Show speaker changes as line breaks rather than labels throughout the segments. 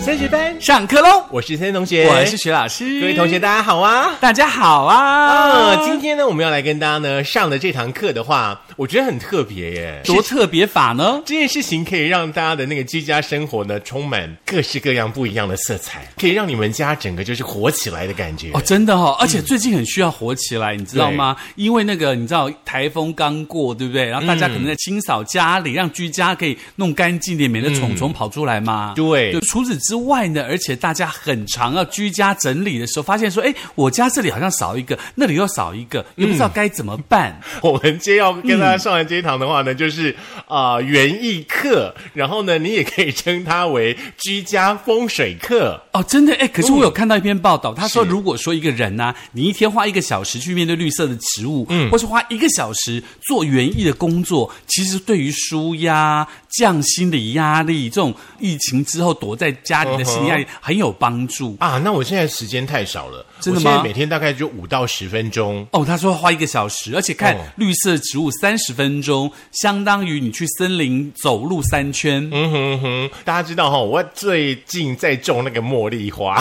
三十班，
上课喽！
我是森同学，
我是徐老师，
各位同学，，大家好啊！
大家好啊！
啊，今天呢，我们要来跟大家呢上的这堂课的话，我觉得很特别耶。
多特别法呢？
这件事情可以让大家的那个居家生活呢，充满各式各样不一样的色彩，可以让你们家整个就是火起来的感觉。
哦，真的哦，而且最近很需要火起来，你知道吗？因为那个你知道台风刚过，对不对？然后大家可能在清扫家里，让居家可以弄干净点，免得虫虫跑出来嘛。
对
就除此之外呢，而且大家很常要居家整理的时候，发现说，哎，我家这里好像少一个，那里又少一个，又不知道该怎么办。
我们今天要跟大家上完这一堂的话呢，就是
嗯
啊、呃园艺课，然后呢，你也可以称它为居家风水课。
哦，真的哎，可是我有看到一篇报道，他说，
嗯是
如果说一个人呢、你一天花一个小时去面对绿色的植物，嗯，或是花一个小时做园艺的工作，其实对于舒压、降心理压力，这种疫情之后躲在家
嗯
里的心理压力很有帮助。
啊，那我现在时间太少了，
真的
我现在
吗
每天大概就五到十分钟。
哦，他说花一个小时，而且看
哦
绿色植物三十分钟，相当于你去森林走路三圈，
嗯哼哼，大家知道哈、我最近在种那个茉莉花，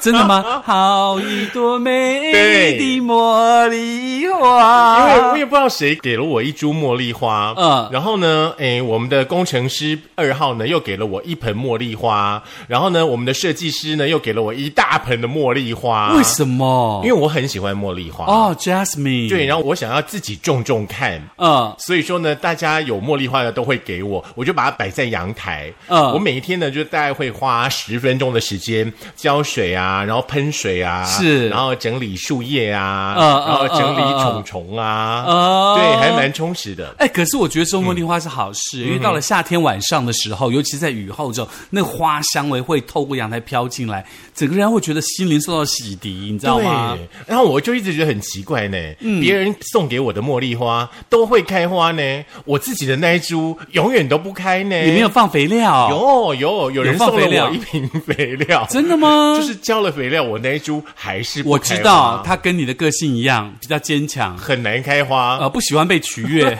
真 的吗？好一朵美
对
丽的茉莉花，
因为我也不知道谁给了我一株茉莉花，嗯
啊嗯，
然后呢，诶，我们的工程师二号呢又给了我一盆茉莉花，然后呢，我们的设计师呢又给了我一大盆的茉莉花，
为什么？
因为我很喜欢茉莉花，
哦，Jasmine，
对，，然后我想要自己种种看，
嗯，
所以说呢，大家有茉莉花的都会给我，我就把它摆在阳台。
嗯
我每一天呢，就大概会花十分钟的时间浇水啊，然后喷水啊，
是
然后整理树叶啊，
嗯嗯
然后整理虫虫啊，对，还蛮嗯充实的。
哦哎，可是我觉得收茉莉花是好事，因为到了夏天晚上的时
嗯
候，尤其在雨后之后，那花香味会透过阳台飘进来，整个人会觉得心灵受到洗涤，你知道
对
吗？，
然后我就一直觉得很奇怪呢，
嗯
别人送给我的茉莉花都会开花呢，我自己的那一株永远都不开呢。
你没有放肥料，
有有有人
有放
送了
肥料
我一瓶肥料，
真的吗？
就是浇了肥料，我那一株还是不
嗯我
开花啊
知道他跟你的个性一样，比较坚强，
很难开花，
呃，不喜欢被 取悦。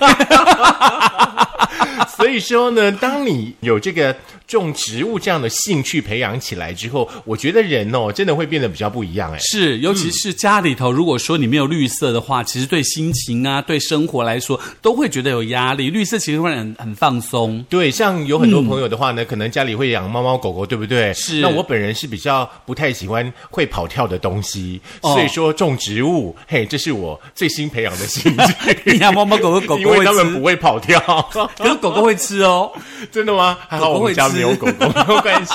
所以说呢，当你有这个种植物这样的兴趣培养起来之后，我觉得人哦真的会变得比较不一样哎。
是，尤其是家里头，如果说你没有绿色的话，其实对心情啊、对生活来说，都会觉得有压力。绿色其实会让人很放松。
对，像有很多朋友的话呢，可能家里会养猫猫狗狗，对不对？
是
那我本人是比较不太喜欢会跑跳的东西，
哦
所以说种植物，嘿，这是我最新培养的兴
你
趣。
养猫猫狗狗，狗
因
狗
为
会
他们不
吃，
会跑跳。
可是狗狗会吃哦。
真的吗？还好
狗狗
我们
会
家
吃
没有狗 狗，没有关 系。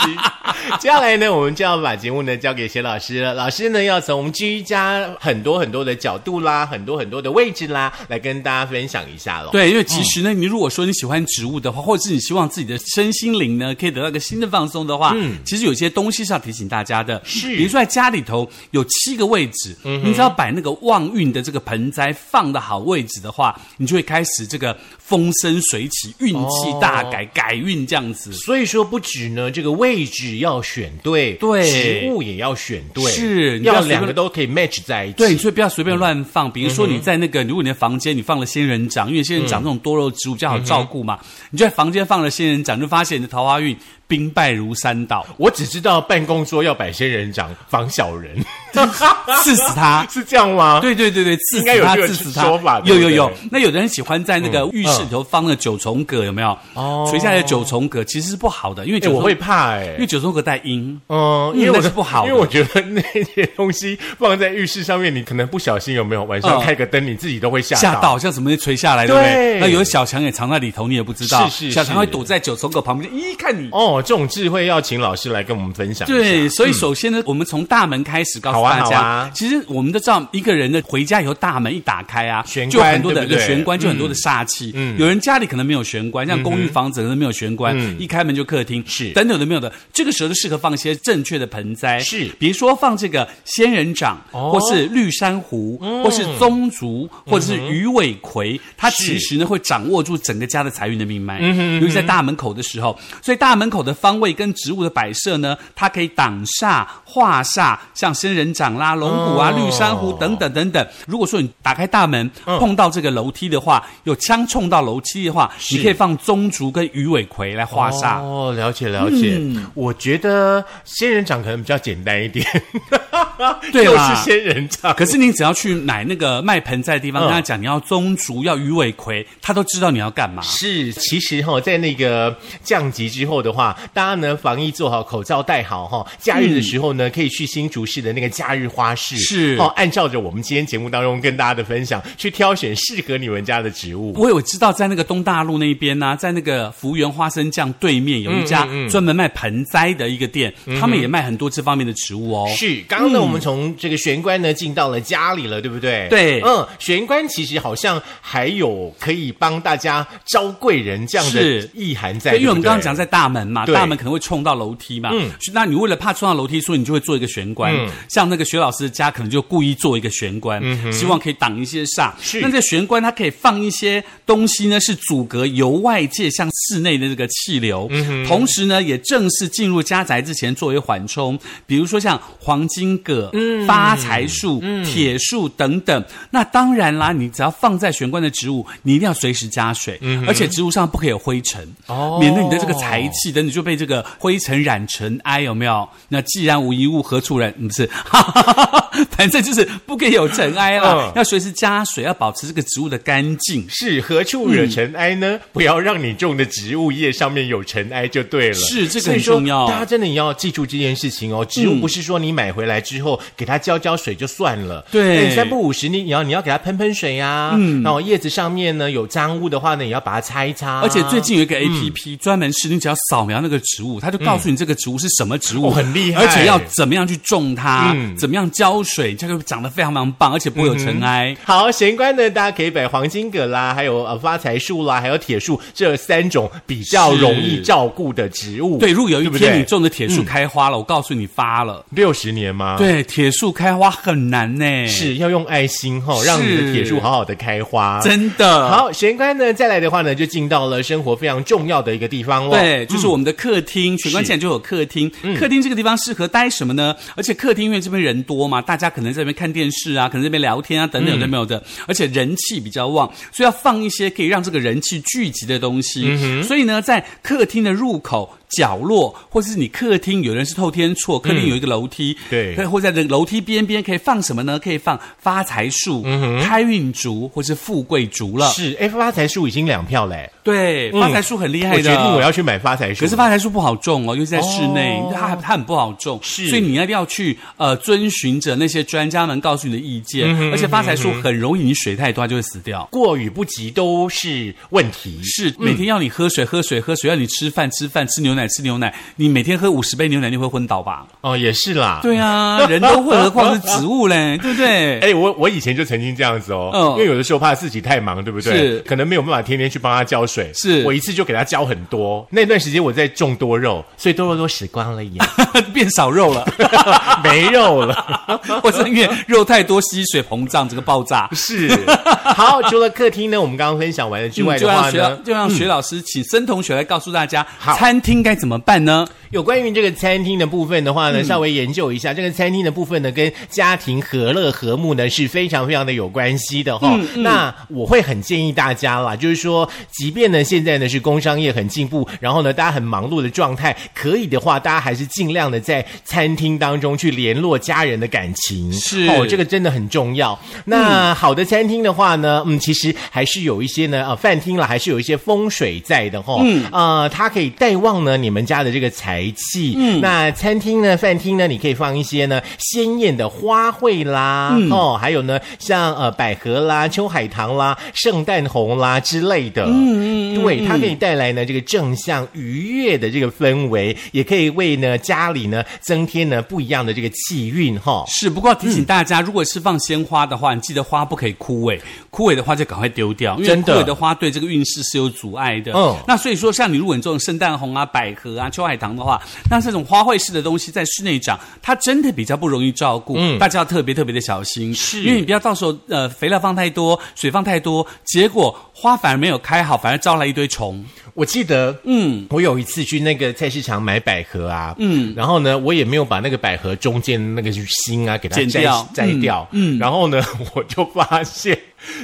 接下来呢，我们就要把节目呢交给薛老师了。老师呢要从居家很多很多的角度啦，很多很多的位置啦，来跟大家分享一下喽。，
对，因为其实呢，你如果说你喜欢植物的话，或者是你希望自己的身心灵呢可以得到一个新的放松的话，其实有些东西是要提醒大家的。
是
比如说在家里头有七个位置，你只要摆那个旺运的这个盆栽放的好位置的话，你就会开始这个风生水起、运气大改、改运这样子。
所以说不止呢，这个位置要选对，
对
植物也要选对，
是你不要
要
随便
两个都可以 match 在一起。
对，所以不要随便乱
嗯
放。比如说你在那个，如果你的房间你放了仙人掌，因为仙人
嗯
掌这种多肉植物比较好照顾嘛，你就在房间放了仙人掌，你就发现你的桃花运兵败如 山倒，
我只知道办公桌要摆仙人掌防小 人， 。
刺死他
是这样吗？
对对对对，刺
应该
死
有
他，
这个
刺死他
说法。对
有
不
有
对嗯
有，那有的人喜欢在那个浴室里头放那个九重葛，有没有？
哦
垂下来的九重葛其实是不好的，因为
哎，
九
我
重
会，怕哎、
因为九重葛带阴。
嗯，
嗯
因为我
那是不好的
因为我觉得那些东西放在浴室上面，你可能不小心有没有晚上
嗯
开个灯，你自己都会吓
吓到，像什么垂下来，对不
对
对？那有的小强也藏在里头，你也不知道。
是是
小强
是
会躲在九重葛旁边，咦，看你
哦，这种智慧要请老师来跟我们分享一下。
对，所以首先呢，我们从大门开始告
好
诉
啊
大
好啊
家，其实我们都知道，一个人呢回家以后，大门一打开啊，
玄
就
关
很多的
对不嗯对
玄关，就很多的煞气。有人家里可能没有玄关，像公寓房子可能没有玄关，一开门就客厅，
嗯是
等等的没有的。这个时候就适合放一些正确的盆栽，
是
比如说放这个仙人掌，
哦嗯
或是绿珊瑚，或是棕竹，或者是鱼尾葵，它
是嗯
其实呢会掌握住整个家的财运的命脉，尤其在大门口的时候。所以大门口的的方位跟植物的摆设呢，它可以挡煞、化煞，像仙人掌啦、龙骨啊、
哦
绿珊瑚等等等等。如果说你打开大门、
嗯
碰到这个楼梯的话，有枪冲到楼梯的话，你可以放棕竹跟鱼尾葵来化煞。
哦，了解了解。
嗯
我觉得仙人掌可能比较简单一点，
对
又
啦
是仙人掌。
可是你只要去买那个卖盆栽的地方，
嗯
跟他讲你要棕竹、要鱼尾葵，他都知道你要干嘛。
是，其实哈、在那个降级之后的话，大家呢防疫做好，口罩戴好哈、假日的时候呢，可以去新竹市的那个假日花市，
是
哦，按照着我们今天节目当中跟大家的分享，去挑选适合你们家的植物。
我有知道，在那个东大陆那边呢、啊在那个福源花生酱对面有一家专门卖盆栽的一个店，他们也卖很多这方面的植物哦。
是，刚刚呢，我们从这个玄关呢进到了家里了，对不对？
对
嗯，玄关其实好像还有可以帮大家招贵人这样的
是
意涵在，
对，因为我们
对不对
刚刚讲在大门嘛，
对
大门可能会冲到楼梯嘛，嗯，那你为了怕冲到楼梯，所以你就会做一个玄关，
嗯
像那个学老师的家可能就故意做一个玄关，希望可以挡一些煞。
是
那这个玄关它可以放一些东西呢，是阻隔由外界向室内的这个气流，
嗯
同时呢，也正式进入家宅之前作为缓冲，比如说像黄金葛、
嗯
发财树、铁树等等。那当然啦，你只要放在玄关的植物，你一定要随时加水，
嗯
而且植物上不可以有灰尘，
哦
免得你的这个财气，等你就被这个灰尘染尘埃，有没有？那既然无一物，何处染？嗯不是， 哈哈哈哈反正就是不可以有尘埃啦
嗯，
要随时加水，要保持这个植物的干净。
是何处
嗯
惹尘埃呢？不要让你种的植物叶上面有尘埃就对了。
是这个
所以说
很重要嗯
大家真的要记住这件事情哦。植物不是说你买回来之后给它浇浇水就算了，
对
那你三不五时你你要你要给它喷喷水啊。嗯，然后叶子上面呢有脏污的话呢，也要把它擦一啊擦。
而且最近有一
嗯
个 A P P 专门是你只要扫描那个植物，它就告诉你这个植物是什么植物，
哦很厉害
而且要怎么样去种它
嗯，
怎么样浇水，这个长得非常非常棒，而且不会有尘埃。
好，玄关呢，大家可以摆黄金葛啦，还有呃发财树啦，还有铁树这三种比较容易照顾的植物。
对，如果有一
对不
天
对嗯
你种的铁树开花了，我告诉你发了。
六十年吗？。
对，铁树开花很难呢，
是要用爱心哈、哦，让你的铁树好好的开花。
真的。
好，玄关呢，再来的话呢，就进到了生活非常重要的一个地方喽。
对，就是我们的客厅，
嗯
玄关前就有客厅。客厅这个地方适合待什么呢？而且客厅因为这边人多嘛，大家可能在那边看电视啊，可能在那边聊天啊，等
嗯
等有的没有的，而且人气比较旺，所以要放一些可以让这个人气聚集的东西。
嗯
所以呢，在客厅的入口。角落，或是你客厅，有人是透天厝，客厅有一个楼梯，
嗯对
可以或在这个楼梯边边可以放什么呢？可以放发财树、开运竹或是富贵竹了。
嗯是哎，发财树已经两票嘞，
对，
嗯
发财树很厉害
我
的。
决定我要去买发财树。
可是发财树不好种哦，尤其在室内，
哦
它它很不好种，
是
所以你一定要去呃遵循着那些专家们告诉你的意
嗯
见，而且发财树很容易，你水太多它就会死掉。
过与不及都是问题。
是每天要你喝水，喝水，喝水；要你吃
嗯
饭，吃饭；吃牛奶，吃牛奶。你每天喝五十杯牛奶，你会昏 倒吧？
哦，也是啦。。
对啊，人都会，何况是植物嘞， 对不对？
哎，我我以前就曾经这样子哦，
嗯
因为有的时候怕自己太忙，对不对？
是
可能没有办法天天去帮他浇水。
是
我一次就给他浇很多。那段时间我在种多肉，所以多肉都死光了眼，
变少肉了，
没肉了。
或是因为肉太多吸水膨胀，这个爆炸。
是， 好，除了客厅呢，我们刚刚分享完了之外
嗯就
的话
让学
呢，嗯
就让学老师请森同学来告诉大家，
好
餐厅该怎么办呢？
有关于这个餐厅的部分的
嗯
话呢，稍微研究一下，这个餐厅的部分呢，跟家庭和乐和睦呢是非常非常的有关系的
嗯
哈、那我会很建议大家啦，就是说，即便呢现在呢是工商业很进步，然后呢大家很忙碌的状态，可以的话，大家还是尽量的在餐厅当中去联络家人的感情，
是
哦，这个真的很重要。那好的餐厅的话呢，嗯，其实还是有一些呢，呃，饭厅啦，还是有一些风水在的哈、嗯，呃，它可以带旺呢你们家的这个财气。嗯，那餐厅呢，饭厅呢，你可以放一些呢鲜艳的花卉啦，哦，还有呢，像呃百合啦、秋海棠啦、圣诞红啦之类的。嗯嗯，对，它可以带来呢这个正向愉悦的这个氛围，也可以为呢家里呢增添呢不一样的这个气韵哈、
是，不过提醒大家，如果是放鲜花的话，你记得花不可以枯萎，枯萎的话就赶快丢掉，因为
真
枯
的
萎的花对这个运势是有阻碍的。
嗯
那所以说，像你如果你种圣诞红啊、百合啊、秋海棠的话，那这种花卉式的东西在室内长，它真的比较不容易照顾，大家要特别特别的小心，
嗯是
因为你不要到时候呃肥料放太多，水放太多，结果花反而没有开好，反而招来一堆虫。
我记得，嗯，我有一次去那个菜市场买百合啊，嗯，然后呢，我也没有把那个百合中间那个心啊给它
剪
摘
掉
摘掉，嗯，然后呢， 我就发现。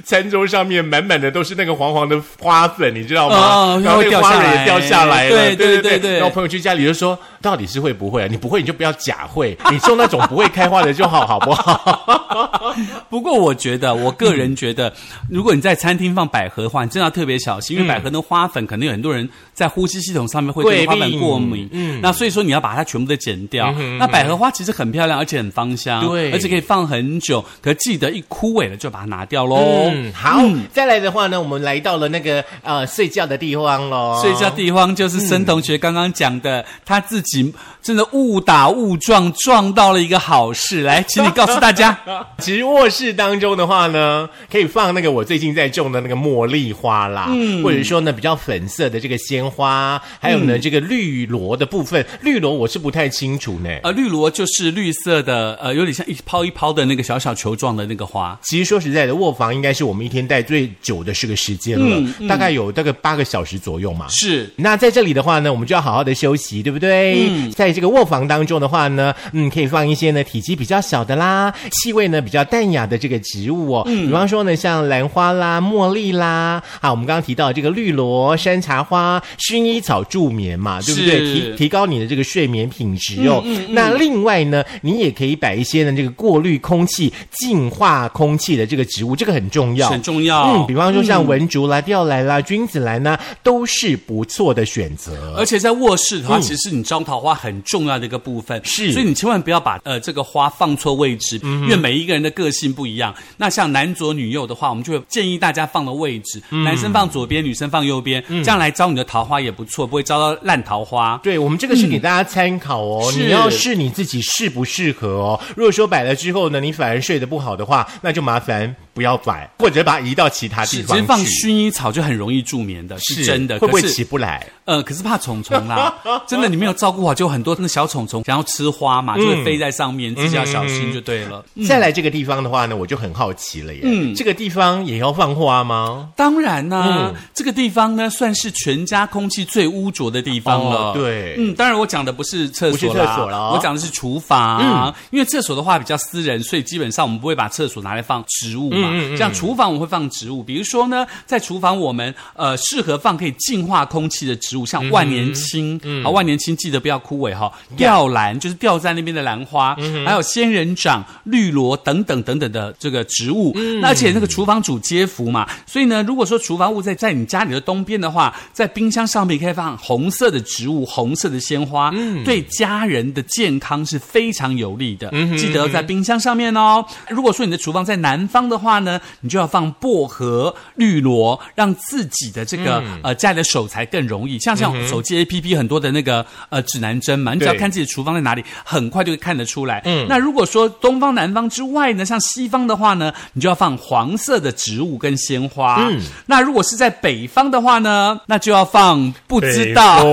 餐桌上面满满的都是那个黄黄的花粉，你知道吗？
哦
然后那
会
个
掉
花
下
蕊也
来
掉下来了，
对
对
对对对
然后朋友去家里就说：“到底是会不会啊？你不会你就不要假会， 你种那种不会开花的就好，好不 好？”
不过我觉得，我个
嗯
人觉得，如果你在餐厅放百合的话，你真的要特别小心，
嗯
因为百合的花粉可能有很多人在呼吸系统上面会对花粉过敏。嗯，那所以说你要把它全部都剪掉。
嗯
那百合花其实很漂亮，而且很芳香，
对
而且可以放很久。可记得一枯萎了就把它拿掉喽。
嗯，好，再来的话呢，我们来到了那个呃睡觉的地方喽，
睡觉地方就是森同学刚刚讲的，他自己真的误打误撞撞到了一个好事。来，请你告诉 大家。
其实卧室当中的话呢，可以放那个我最近在种的那个茉莉花啦，或者说呢比较粉色的这个鲜花，还有呢、这个绿萝的部分，绿萝我是不太清楚呢。
呃，绿萝就是绿色的，呃，有点像一泡一泡的那个小小球状的那个花。
其实说实在的，卧房应该是我们一天待最久的是个时间了，大概有大概八个小时左右嘛。
是，
那在这里的话呢，我们就要好好的休息，对不对？在这个卧房当中的话呢，嗯，可以放一些呢体积比较小的啦，气味呢比较淡雅的这个植物哦，比方说呢像兰花啦、茉莉啦，啊，我们刚刚提到这个绿萝、山茶花、薰衣草助眠嘛，对不对？
是
提提高你的这个睡眠品质哦。那另外呢，你也可以摆一些呢这个过滤空气、净化空气的这个植物，这个很重要，
很重要。
嗯，比方说像文竹啦、吊兰啦、君子兰啦，都是不错的选择。
而且在卧室的话，其实你招桃花很重要的一个部分，
嗯是嗯
所以你千万不要把呃这个花放错位置，因为每一个人的个性不一样。那像男左女右的话，我们就会建议大家放的位置，
嗯
男生放左边，女生放右边，这样来招你的桃花也不错，不会招到烂桃花。
对，我们这个是给大家参考哦，
嗯是
你要试你自己适不适合哦。如果说摆了之后呢，你反而睡得不好的话，那就麻烦不要摆，或者把它移到其他地
是，
方
其
去。
实放薰衣草就很容易助眠的，是真的。
会不会
可是
起不来？
呃，可是怕虫 虫啦，真的你没有照顾好，就有很多那个小虫虫想要吃花嘛，就会飞在上
嗯
面，自己要小心就对了。
再来这个地方的话呢，我就很好奇了耶。
嗯
这个地方也要放花吗？
当然啦、
嗯
这个地方呢算是全家空气最污浊的地方了。
哦对
嗯，当然我讲的不是厕所啦，
不是厕所嗯啦
我讲的是厨房、因为厕所的话比较私人，所以基本上我们不会把厕所拿来放植物嘛。
嗯
像厨房我们会放植物，比如说呢，在厨房我们呃适合放可以净化空气的植物，像万年
嗯
青，好，万年青记得不要枯萎哈、吊兰就是吊在那边的兰花，还有仙人掌、绿萝等等等等的这个植物。那而且那个厨房主接福嘛，所以呢，如果说厨房物在在你家里的东边的话，在冰箱上面可以放红色的植物、红色的鲜花，对家人的健康是非常有利的。记得在冰箱上面哦。如果说你的厨房在南方的话呢，你就要放薄荷、绿萝，让自己的这个、呃家里的手财更容易。像像手机 APP 很多的那个呃指南针嘛，你只要
对
看自己的厨房在哪里，很快就会看得出来。嗯，那如果说东方、南方之外呢，像西方的话呢，你就要放黄色的植物跟鲜花。嗯，那如果是在北方的话呢，那就要放不知道，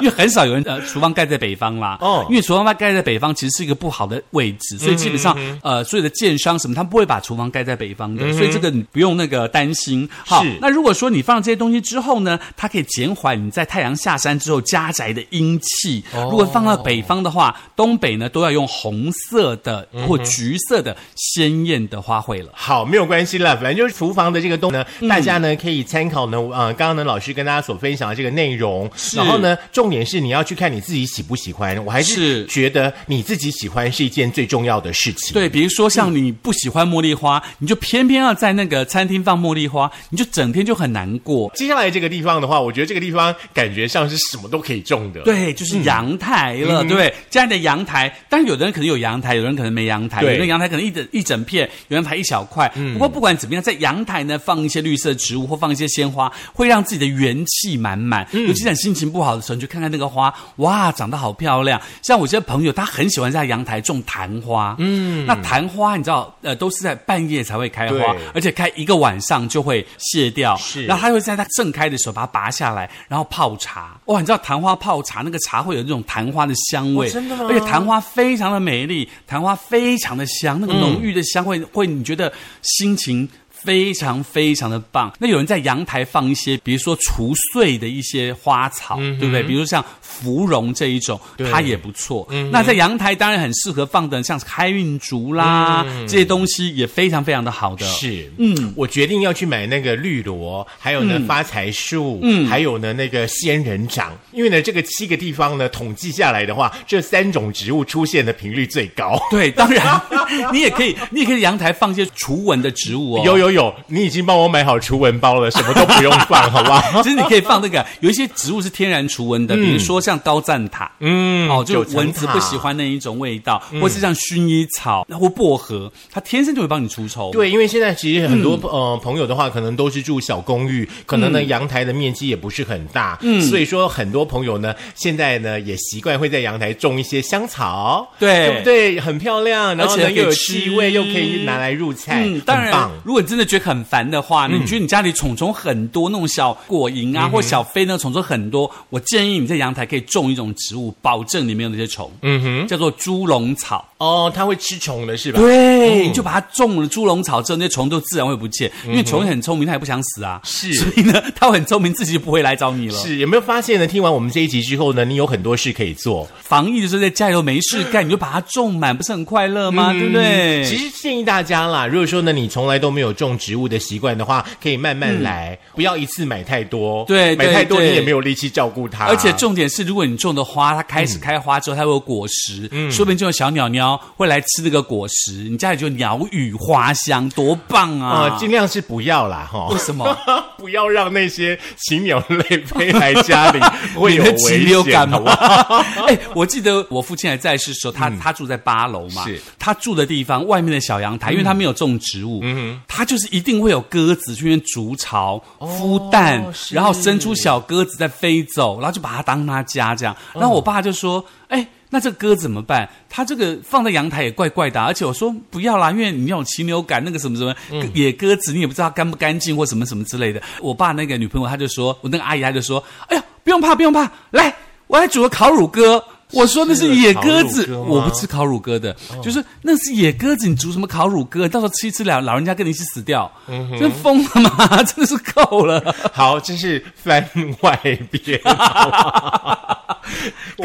因为很少有人呃厨房盖在北方啦。
哦
哦，因为厨房盖在北方其实是一个不好的位置，所以基本上呃所有的建商什么，他们不会把厨房盖在北方的，所以这个你不用那个担心。好
是，
那如果说你放了这些东西之后呢，它可以减缓你在太阳下山之后家宅的阴气。如果放到北方的话，东北呢都要用红色的或橘色的鲜艳的花卉了。
好，没有关系啦，反正就是厨房的这个东呢，大家呢可以参考呢，呃，刚刚呢老师跟大家所分享的这个内容，然后呢，重点是你要去看你自己喜不喜欢，我还是
是
觉得你自己喜欢是一件最重要的事情。
对，比如说像你不喜欢茉莉花，你就偏偏要在那个餐厅放茉莉花，你就整天就很难过。
接下来这个地方的话，我觉得这个地方感觉上是什么都可以种的。。
对，就是阳台了，对不对？家里的阳台，当然有的人可能有阳台，有的人可能没阳台，有
嗯对
的人阳台可能一整一整片，有阳台一小块。
嗯
不过不管怎么样，在阳台呢放一些绿色植物或放一些鲜花，会让自己的元气满满。
嗯
尤其在你心情不好的时候，你就看看那个花，哇，长得好漂亮。像我这些朋友，他很喜欢在阳台种昙花。嗯，那昙花你知道，呃，都是在半夜才会开
对
花，而且开一个晚上就会谢掉。
是
然后他会在它盛开的时候把它拔下来，然后泡茶。哇，你知道昙花泡茶那个茶会有那种昙花的香味，
哦真的吗
而且昙花非
嗯
常的美丽，昙花非常的香，那个浓郁的香味、会你觉得心情。非常非常的棒。那有人在阳台放一些，比如说除穗的一些花草，
嗯
对不对？比如像芙蓉这一种，它也不错。
嗯
那在阳台当然很适合放的，像开运竹啦、
嗯
这些东西也非常非常的好的。
是，嗯，我决定要去买那个绿萝，还有呢、发财树，嗯，还有呢那个仙人掌，因为呢这个七个地方呢统计下来的话，这三种植物出现的频率最高。
对，当然你也可以，你也可以阳台放一些除蚊的植物哦。
有有有，你已经帮我买好除蚊包了，什么都不用放，好不好？
其实你可以放那个，有一些植物是天然除蚊的，比如说像高赞塔，嗯，哦，
嗯
就
九层
蚊子不
塔嗯
喜欢那一种味道，或是像薰衣草或薄荷，它天生就会帮你除臭。，
对，因为现在其实很多、
嗯
呃朋友的话，可能都是住小公寓，可能呢、阳台的面积也不是很大，嗯，所以说很多朋友呢现在呢也习惯会在阳台种一些香草，
对
对不对？很漂亮，然后
而且
呢
还可以
又有气味，
吃
又可以拿来入菜，
嗯，当
哎很
然
棒，嗯
如果你真的觉得很烦的话，你觉得你家里虫虫很多，那种小果蝇啊、或小飞那种虫虫很多，我建议你在阳台可以种一种植物，保证里面有那些虫，嗯哼，叫做猪笼草。
哦，它会吃虫的是吧？
对，你就把它种了猪笼草之后，那些虫都自然会不见，因为虫也很聪明，它也不想死啊，
嗯是
所以呢，它很聪明，自己就不会来找你了。
是有没有发现呢？听完我们这一集之后呢，你有很多事可以做。
防疫的时候在家里头没事干，你就把它种满，不是很快乐吗？啊对不对？
嗯其实建议大家啦，如果说呢你从来都没有种植物的习惯的话，可以慢慢来，不要一次买太多。
嗯对
买
对
太多你
对
也没有力气照顾它。
而且重点是，如果你种的花，它开始
嗯
开花之后，它会有果实，说不定就有小鸟鸟会来吃那个果实，你家里就鸟语花香，多棒
啊、
啊！
尽量是不要啦， 哈、
为什么？
不要让那些禽鸟类飞来家 里，会有
你的禽流
危
感
险，
吗
好不好？？嗯
哎，我记得我父亲还在世的时候，他他住在八楼嘛，
是嗯
他住的地方外面的小阳台，因为他没有种植物，他就是一定会有鸽子去那边筑巢、孵蛋，
是
然后生出小鸽子在飞走，然后就把它当他家这样。然后我爸就说：“哎。”那这个鸽子怎么办？他这个放在阳台也怪怪的啊、而且我说不要啦，因为你有禽流感，那个什么什么、野鸽子，你也不知道干不干净或什么什么之类的。我爸那个女朋友，她就说，我那个阿姨她就说，哎呀，不用怕，不用怕，来，我来煮个烤乳鸽。我说那是野鸽子，
吃了烤乳鸽吗哦
我不吃烤乳鸽的，就是那是野鸽子，你煮什么烤乳鸽？到时候吃一吃，老老人家跟你一起死掉，
嗯
真疯了吗？ 真的是 够了。
好，这是番外篇。好不好
可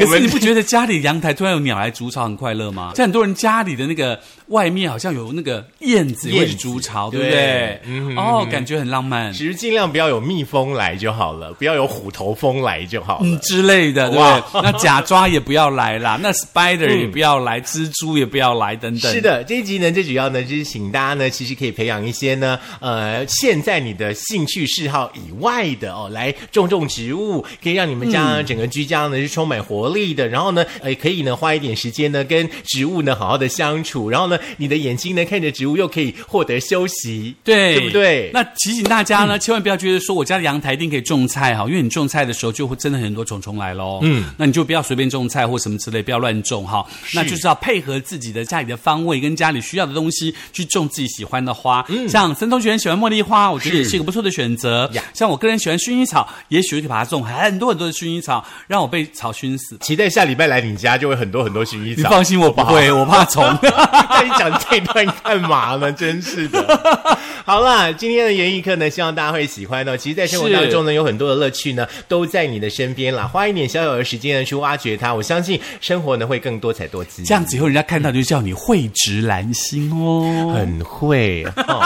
我
是
们
你不觉得家里阳台突然有鸟来筑巢很快乐吗？像很多人家里的那个外面好像有那个燕子
燕
会
子
去筑巢，
对
对不对
嗯哼？
哦，感觉很浪漫，
只是尽量不要有蜜蜂来就好了，不要有虎头蜂来就好了。
嗯之类的，对
哇嗯
不对？那假抓也不要来啦，那 spider 也不要来，蜘蛛也不要来，等等。
是的，这一集呢，最主要呢就是请大家呢，其实可以培养一些呢，呃，现在你的兴趣嗜好以外的哦，来种种植物，可以让你们家
嗯
呢整个居家呢是充满活力的。然后呢，呃，可以呢花一点时间呢跟植物呢好好的相处，然后呢，你的眼睛呢看着植物又可以获得休息，
对，
对不对？
那提醒大家呢，千万不要觉得说我家的阳台一定可以种菜哈，因为你种菜的时候就会真的很多虫虫来喽。嗯，那你就不要随便种菜或什么之类，不要乱种哈。那就是要配合自己的家里的方位跟家里需要的东西去种自己喜欢的花。嗯，像森同学很喜欢茉莉花，我觉得也
是
是一个不错的选择
呀。
像我个人喜欢薰衣草，也许我可以把它种很多很多的薰衣草，让我被草熏死。
期待下礼拜来你家就会很多很多薰衣
你
草。
放心，我不会，我怕虫。
那你讲这一段干嘛呢？真是的。好啦，今天的园艺课呢，希望大家会喜欢哦。其实，在生活当中呢，有很多的乐趣呢，都在你的身边啦。花一点小小的时间呢，去挖掘它，我相信生活呢会更多彩多姿。
这样子以后人家看到就叫你蕙质兰心哦。
很会、哦。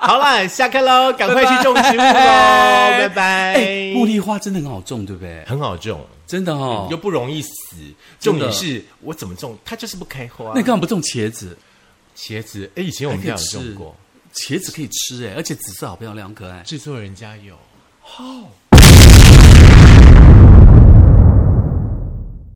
好啦，下课喽，赶快去种植物喽，拜拜。
哎茉莉花真的很好种，对不对？
很好种，
真的哦。
又不容易死。
真
重
的
点是我怎么种，它就是不开花。
那干嘛不种茄子？
茄子，哎，以前我们家有种过，
茄子可以吃哎，而且紫色好漂亮，好可爱。
制作人家有。
哦